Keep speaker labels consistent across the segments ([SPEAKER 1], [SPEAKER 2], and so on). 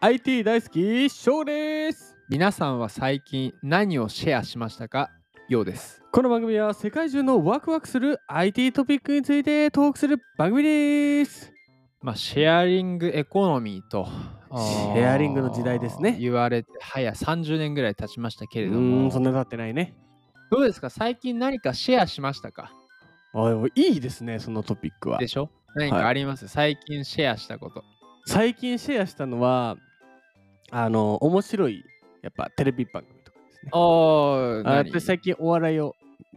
[SPEAKER 1] IT 大好き翔です
[SPEAKER 2] 皆さんは最近何をシェアしましたかようです
[SPEAKER 1] この番組は世界中のワクワクする IT トピックについてトークする番組です
[SPEAKER 2] まあシェアリングエコノミーとあー
[SPEAKER 1] シェアリングの時代ですね
[SPEAKER 2] 言われて早30年ぐらい経ちましたけ
[SPEAKER 1] う
[SPEAKER 2] れど
[SPEAKER 1] ー
[SPEAKER 2] も
[SPEAKER 1] んそんな経ってないね
[SPEAKER 2] どうですか最近何かシェアしましたか
[SPEAKER 1] あでもいいですねそのトピックは
[SPEAKER 2] でしょ何かあります、最近シェアしたこと
[SPEAKER 1] 最近シェアしたのはあの面白いやっぱテレビ番組とかですね
[SPEAKER 2] あ
[SPEAKER 1] あ
[SPEAKER 2] あ
[SPEAKER 1] やっぱり最近お笑いを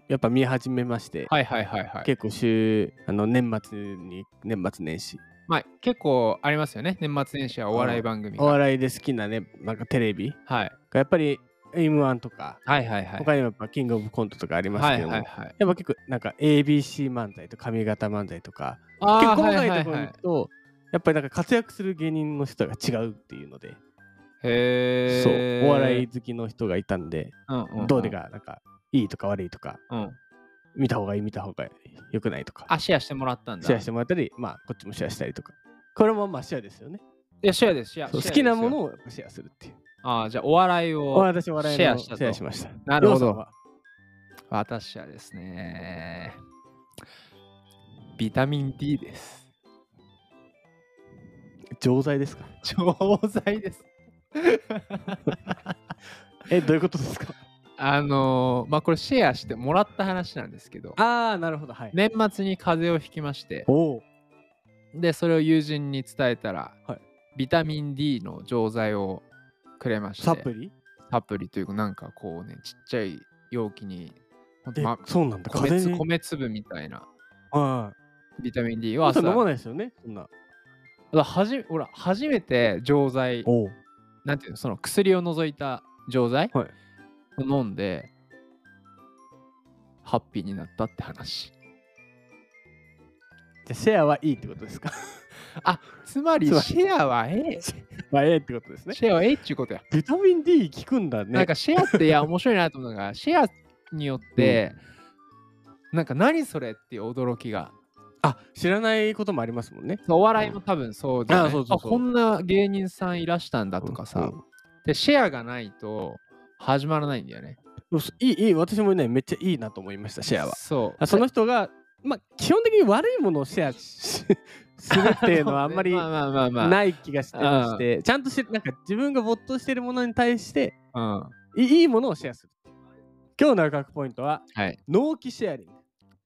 [SPEAKER 1] やっぱ見始めまして、
[SPEAKER 2] はいはいはいはい
[SPEAKER 1] 結構週あの年末に年末年始
[SPEAKER 2] まあ、結構ありますよね年末年始はお笑い番組が
[SPEAKER 1] お笑いで好きなねなんかテレビ
[SPEAKER 2] はい、
[SPEAKER 1] がやっぱり m 1とか、
[SPEAKER 2] はいはいはい
[SPEAKER 1] 他にもやっぱキングオブコントとかあります
[SPEAKER 2] は
[SPEAKER 1] け
[SPEAKER 2] い
[SPEAKER 1] ども、
[SPEAKER 2] はいはい
[SPEAKER 1] やっぱ結構なんか ABC 漫才と髪型漫才とか
[SPEAKER 2] あー
[SPEAKER 1] 結構細
[SPEAKER 2] は
[SPEAKER 1] か
[SPEAKER 2] はいは
[SPEAKER 1] ところに行くと、やっぱりなんか活躍する芸人の人が違うっていうので、
[SPEAKER 2] へえ
[SPEAKER 1] そうお笑い好きの人がいたんで、
[SPEAKER 2] うんんん
[SPEAKER 1] どうで、かなんかいいとか悪いとか
[SPEAKER 2] うん、
[SPEAKER 1] 見た方がいい見た方が良くないとか
[SPEAKER 2] あシェアしてもらったんだ
[SPEAKER 1] シェアしてもらったり、まあ、こっちもシェアしたりとか。これもまあシェアですよね。
[SPEAKER 2] いや、シェアです、シェア。
[SPEAKER 1] そう
[SPEAKER 2] シ
[SPEAKER 1] 好
[SPEAKER 2] ェア
[SPEAKER 1] きなも
[SPEAKER 2] ですよ
[SPEAKER 1] のをやっぱシェアするっていう。
[SPEAKER 2] ああ、じゃあ、お笑いを。
[SPEAKER 1] 私、笑いの
[SPEAKER 2] シェアしたと
[SPEAKER 1] シェアしました。
[SPEAKER 2] なるほど
[SPEAKER 1] りょうさんは
[SPEAKER 2] 私はですね、ビタミン D です。
[SPEAKER 1] 錠剤ですか
[SPEAKER 2] 錠剤です。
[SPEAKER 1] え、どういうことですか
[SPEAKER 2] あのーまあ、これシェアしてもらった話なんですけど、
[SPEAKER 1] ああ、なるほど。はい。
[SPEAKER 2] 年末に風邪をひきまして、
[SPEAKER 1] おお。
[SPEAKER 2] で、それを友人に伝えたら、
[SPEAKER 1] はい
[SPEAKER 2] ビタミン D の錠剤をくれまして、
[SPEAKER 1] サプリ
[SPEAKER 2] サプリというか、なんかこうね、ちっちゃい容器に、ほんと
[SPEAKER 1] え
[SPEAKER 2] ま、
[SPEAKER 1] そうなんだ。
[SPEAKER 2] 米
[SPEAKER 1] 風
[SPEAKER 2] つ
[SPEAKER 1] に。
[SPEAKER 2] 米粒みたいな
[SPEAKER 1] はい。
[SPEAKER 2] ビタミン D
[SPEAKER 1] りょ
[SPEAKER 2] を
[SPEAKER 1] うさ
[SPEAKER 2] 朝
[SPEAKER 1] ん飲まないですよね。そんな。
[SPEAKER 2] だはじほら初めて錠剤
[SPEAKER 1] おお。
[SPEAKER 2] なんていうのその薬を除いた錠剤、
[SPEAKER 1] はい
[SPEAKER 2] を飲んでハッピーになったって
[SPEAKER 1] じ
[SPEAKER 2] 話
[SPEAKER 1] ゃあシェアはいいってことですか
[SPEAKER 2] つまり
[SPEAKER 1] つまり
[SPEAKER 2] シェアはえ
[SPEAKER 1] まあ、ええってことです
[SPEAKER 2] え
[SPEAKER 1] ね。
[SPEAKER 2] シェアはええっちゅうことや、
[SPEAKER 1] ビタミン D 効くんだね。
[SPEAKER 2] なんかシェアっていや面白いなと思うのがシェアによって、なんか何それっていう驚きが
[SPEAKER 1] あ、知らないこともありますもんね。
[SPEAKER 2] そうお笑いも多分そうじゃない、
[SPEAKER 1] あそうそうそう
[SPEAKER 2] こんな芸人さんいらしたんだとかさ、
[SPEAKER 1] うん
[SPEAKER 2] でシェアがないと始まらないんだよね
[SPEAKER 1] うんそういい、いい。私もね、めっちゃいいなと思いました、シェアは。
[SPEAKER 2] そう
[SPEAKER 1] あその人が、まあ、基本的に悪いものをシェアしするっていうのはあんまり
[SPEAKER 2] まあまあまあまあ、
[SPEAKER 1] ない気がしてまして、ちゃんとしてなんか自分が没頭しているものに対して
[SPEAKER 2] うん、
[SPEAKER 1] いいいものをシェアする。今日の学ポイントは、
[SPEAKER 2] はい
[SPEAKER 1] 納期シェアリング。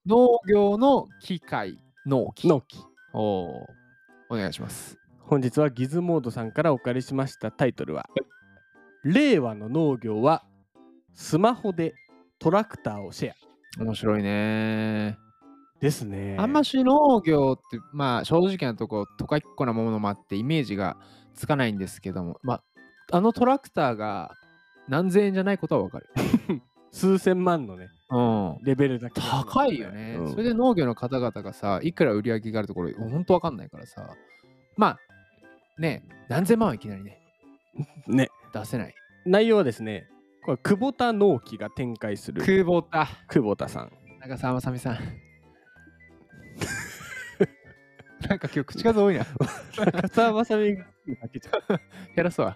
[SPEAKER 2] 農業の機械納期
[SPEAKER 1] 納期。
[SPEAKER 2] おおお願いします
[SPEAKER 1] 本日はギズモードさんからお借りしましたタイトルは、令和の農業はスマホでトラクターをシェア。
[SPEAKER 2] 面白いね、
[SPEAKER 1] ですね。
[SPEAKER 2] あんまし農業ってまあ正直なとこ都会っ子なものもあってイメージがつかないんですけどもまああのトラクターが何千円じゃないことはわかる、
[SPEAKER 1] 数千万のね、
[SPEAKER 2] うん、
[SPEAKER 1] レベルだけですね。
[SPEAKER 2] 高いよね、
[SPEAKER 1] うん
[SPEAKER 2] それで農業の方々がさいくら売り上げがあるところほんとわかんないからさまあね何千万はいきなりね
[SPEAKER 1] ね。
[SPEAKER 2] 出せない
[SPEAKER 1] 内容はですね、これ久保田納期が展開する
[SPEAKER 2] 久保田
[SPEAKER 1] 久保田さん。
[SPEAKER 2] なんかさ、まさみさん。 なんか今日口数多い な。
[SPEAKER 1] 笠間さみがだけじゃん
[SPEAKER 2] 減らすわ。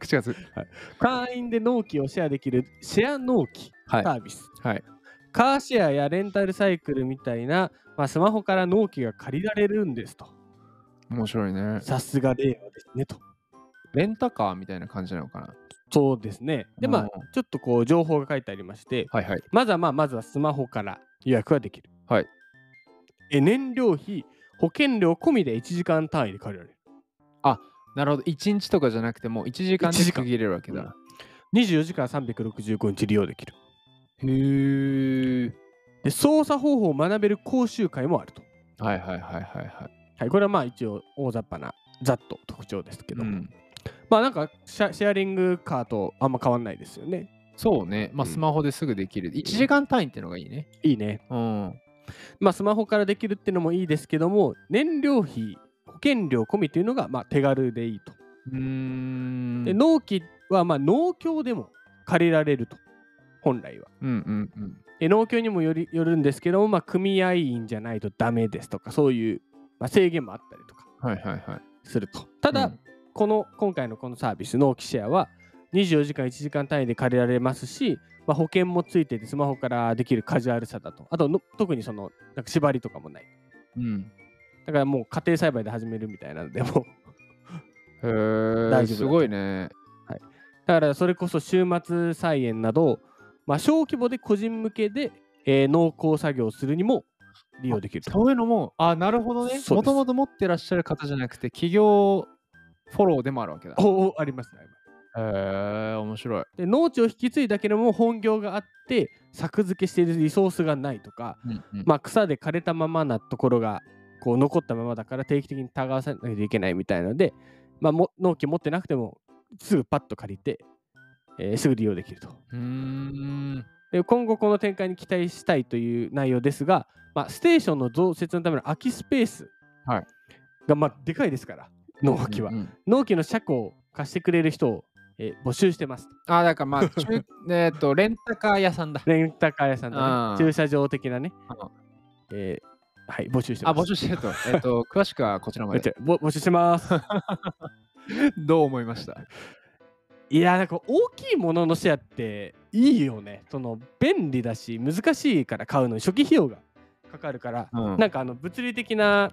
[SPEAKER 2] 口数。
[SPEAKER 1] 会員で納期をシェアできるシェア納期サ
[SPEAKER 2] はい
[SPEAKER 1] ービス、
[SPEAKER 2] はい。
[SPEAKER 1] カーシェアやレンタルサイクルみたいな、まあ、スマホから納期が借りられるんですと
[SPEAKER 2] 面白いね。
[SPEAKER 1] さすが令和ですねと
[SPEAKER 2] レンタカーみたいな感じなのかな。
[SPEAKER 1] そうですねでま
[SPEAKER 2] う
[SPEAKER 1] あ
[SPEAKER 2] ん
[SPEAKER 1] ちょっとこう情報が書いてありまして
[SPEAKER 2] はいはい。
[SPEAKER 1] まずはまあまずはスマホから予約ができる
[SPEAKER 2] はい
[SPEAKER 1] え燃料費保険料込みで1時間単位で借りられる
[SPEAKER 2] なるほど。1日とかじゃなくてもう1時間
[SPEAKER 1] 一
[SPEAKER 2] で
[SPEAKER 1] 時間
[SPEAKER 2] 区切れるわけだ。
[SPEAKER 1] 24時間365日利用できる
[SPEAKER 2] へー。
[SPEAKER 1] で操作方法を学べる講習会もあると、
[SPEAKER 2] はいはいはいはいはい。
[SPEAKER 1] はい、これはまあ一応大雑把なざっと特徴ですけど
[SPEAKER 2] う
[SPEAKER 1] も、
[SPEAKER 2] ん、
[SPEAKER 1] まあなんかシェシェアリングカーとあんま変わんないですよね。
[SPEAKER 2] そうね。まあ
[SPEAKER 1] うん
[SPEAKER 2] スマホですぐできる。1時間単位ってのがいいね。
[SPEAKER 1] いいね。
[SPEAKER 2] うん。
[SPEAKER 1] まあスマホからできるってのもいいですけども、燃料費、保険料込みというのがまあ手軽でいいと。
[SPEAKER 2] うーん。
[SPEAKER 1] で、納期はまあ農協でも借りられると、本来は。
[SPEAKER 2] うんうんうん。
[SPEAKER 1] で農協にもよりよるんですけども、まあ組合員じゃないとダメですとか、そういう、まあ、制限もあったりとか
[SPEAKER 2] はいはいはい。
[SPEAKER 1] すると。ただ、
[SPEAKER 2] うん
[SPEAKER 1] この今回のこのサービスのキシェアは24時間1時間単位で借りられますし、まあ、保険もついててスマホからできるカジュアルさだとあとの特にそのなんか縛りとかもない
[SPEAKER 2] うん。
[SPEAKER 1] だからもう家庭栽培で始めるみたいなのでもう
[SPEAKER 2] へ
[SPEAKER 1] 大
[SPEAKER 2] ー
[SPEAKER 1] 丈夫
[SPEAKER 2] すごいね。
[SPEAKER 1] だからそれこそ週末菜園など、まあ、小規模で個人向けで、えー農耕作業をするにも利用できると。
[SPEAKER 2] そういうのも、あ、なるほどね。
[SPEAKER 1] そう
[SPEAKER 2] も
[SPEAKER 1] です
[SPEAKER 2] ともと持ってらっしゃる方じゃなくて、企業フォローでもあるわけだ。へ
[SPEAKER 1] おおありますね。あります
[SPEAKER 2] え、面白い。
[SPEAKER 1] で農地を引き継いだけれども本業があって作付けしているリソースがないとか、まあ、草で枯れたままなところがこう残ったままだから定期的に耕さないといけないみたいなので、まあ、も納期持ってなくてもすぐパッと借りて、えーすぐ利用できると。
[SPEAKER 2] うーん。
[SPEAKER 1] で今後この展開に期待したいという内容ですが、まあ、ステーションの増設のための空きスペースが、
[SPEAKER 2] はい
[SPEAKER 1] まあ、でかいですから納期は、
[SPEAKER 2] うんうん
[SPEAKER 1] 納期の車庫を貸してくれる人を、えー募集してます
[SPEAKER 2] あ、だからま あ、中えっと、レンタカー屋さんだ。
[SPEAKER 1] レンタカー屋さんの、
[SPEAKER 2] あー
[SPEAKER 1] ね、駐車場的なね
[SPEAKER 2] あ、
[SPEAKER 1] えーはい募集して
[SPEAKER 2] あ、
[SPEAKER 1] ます
[SPEAKER 2] 募集してると。えっと、詳しくはこちらまで。
[SPEAKER 1] え違うぼ募集してます
[SPEAKER 2] どう思いました
[SPEAKER 1] いやなんか大きいもののシェアっていいよねその便利だし難しいから買うのに初期費用がかかるから、
[SPEAKER 2] うん
[SPEAKER 1] なんかあの物理的な、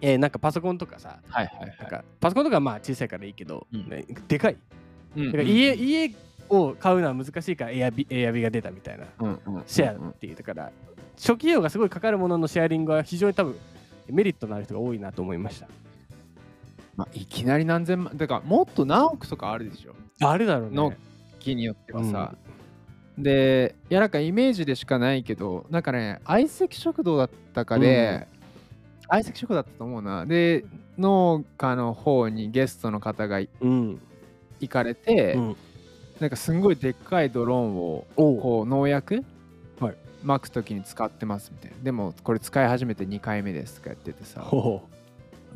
[SPEAKER 1] えーなんかパソコンとかさ
[SPEAKER 2] はいはい
[SPEAKER 1] なんかパソコンとかはまあ小さいからいいけど、
[SPEAKER 2] うん
[SPEAKER 1] ねでかい。
[SPEAKER 2] うん
[SPEAKER 1] だから家,、家を買うのは難しいからエアビエアビが出たみたいな
[SPEAKER 2] うんうん
[SPEAKER 1] シェアっていうだから初期費用がすごいかかるもののシェアリングは非常に多分メリットのある人が多いなと思いました。
[SPEAKER 2] まあ、いきなり何千万だからもっと何億とかあるでしょ
[SPEAKER 1] あれだろう
[SPEAKER 2] の
[SPEAKER 1] ね。
[SPEAKER 2] 木によってはさ、でいやなんかイメージでしかないけどなんかね相席食堂だったかで、相席食堂だったと思うなで農家の方にゲストの方がい
[SPEAKER 1] うん。
[SPEAKER 2] 行かれて、
[SPEAKER 1] うん
[SPEAKER 2] なんかすんごいでっかいドローンを
[SPEAKER 1] おう
[SPEAKER 2] こう農薬、
[SPEAKER 1] はい
[SPEAKER 2] 撒く時に使ってますみたいなでもこれ使い始めて2回目ですとかやっててさ
[SPEAKER 1] ほ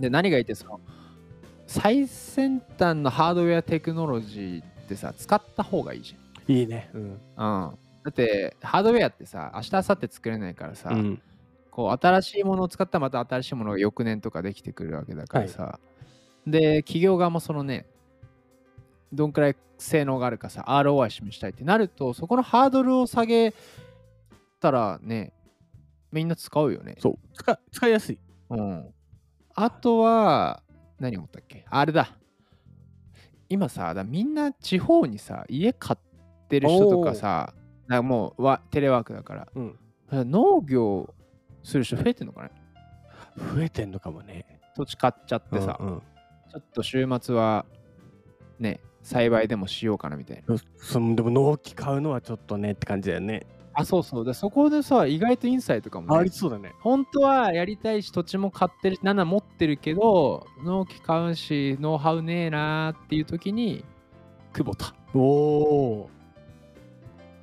[SPEAKER 2] で何が言ってその最先端のハードウェアテクノロジーってさ使った方がいいじ
[SPEAKER 1] ういいね。うん。
[SPEAKER 2] ゃん、うん、だってハードウェアってさ明日明後日作れないからさ、
[SPEAKER 1] うん
[SPEAKER 2] こう新しいものを使ったらまた新しいものが翌年とかできてくるわけだからさ、で企業側もそのねどんくらい性能があるかさ ROI 示したいってなるとそこのハードルを下げたらねみんな使うよね
[SPEAKER 1] そう使。使いやすい。
[SPEAKER 2] うん。あとは、何思ったっけあれだ。今さ、だみんな地方にさ、家買ってる人とかさ、なんかもうわテレワークだから、
[SPEAKER 1] うん
[SPEAKER 2] 農業する人増えてんのかね
[SPEAKER 1] 増えてんのかもね。
[SPEAKER 2] 土地買っちゃってさ、
[SPEAKER 1] うんうん
[SPEAKER 2] ちょっと週末は、ね、栽培でもしようかなみたいな。
[SPEAKER 1] そのでも納期買うのはちょっとねって感じだよね。
[SPEAKER 2] あ、そうそう。で、そこでさ、意外とインサイトかも、ね。
[SPEAKER 1] ありそうだね。
[SPEAKER 2] 本当はやりたいし土地も買ってるし7持ってるけど納期買うしノウハウねえなーっていう時に久保田
[SPEAKER 1] おお。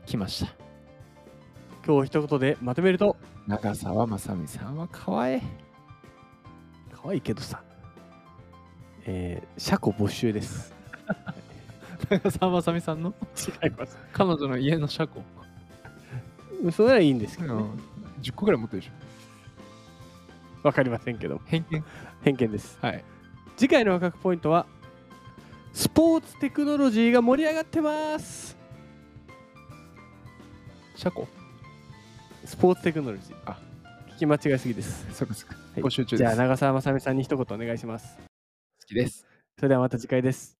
[SPEAKER 2] 来ました
[SPEAKER 1] 今日一言でまとめると
[SPEAKER 2] 長澤まさみさんは可愛い
[SPEAKER 1] 可愛いけどさ、えー、車庫募集です。
[SPEAKER 2] 長澤まさみさんの
[SPEAKER 1] 違います。
[SPEAKER 2] 彼女の家の車庫、
[SPEAKER 1] それはいいんですけ
[SPEAKER 2] う
[SPEAKER 1] どね。
[SPEAKER 2] ん、10個ぐらい持ってるでしょ
[SPEAKER 1] わかりませんけど、
[SPEAKER 2] 偏見
[SPEAKER 1] 偏見です。
[SPEAKER 2] はい
[SPEAKER 1] 次回のワクワクポイントは、スポーツテクノロジーが盛り上がってます。
[SPEAKER 2] 車庫
[SPEAKER 1] スポーツテクノロジー。あ、聞き間違いすぎです。
[SPEAKER 2] そっかそっか
[SPEAKER 1] はい
[SPEAKER 2] 募集中
[SPEAKER 1] じ
[SPEAKER 2] で
[SPEAKER 1] ゃあ、
[SPEAKER 2] す好
[SPEAKER 1] 長澤まさみさんに一言お願いします。
[SPEAKER 2] きです
[SPEAKER 1] それではまた次回です。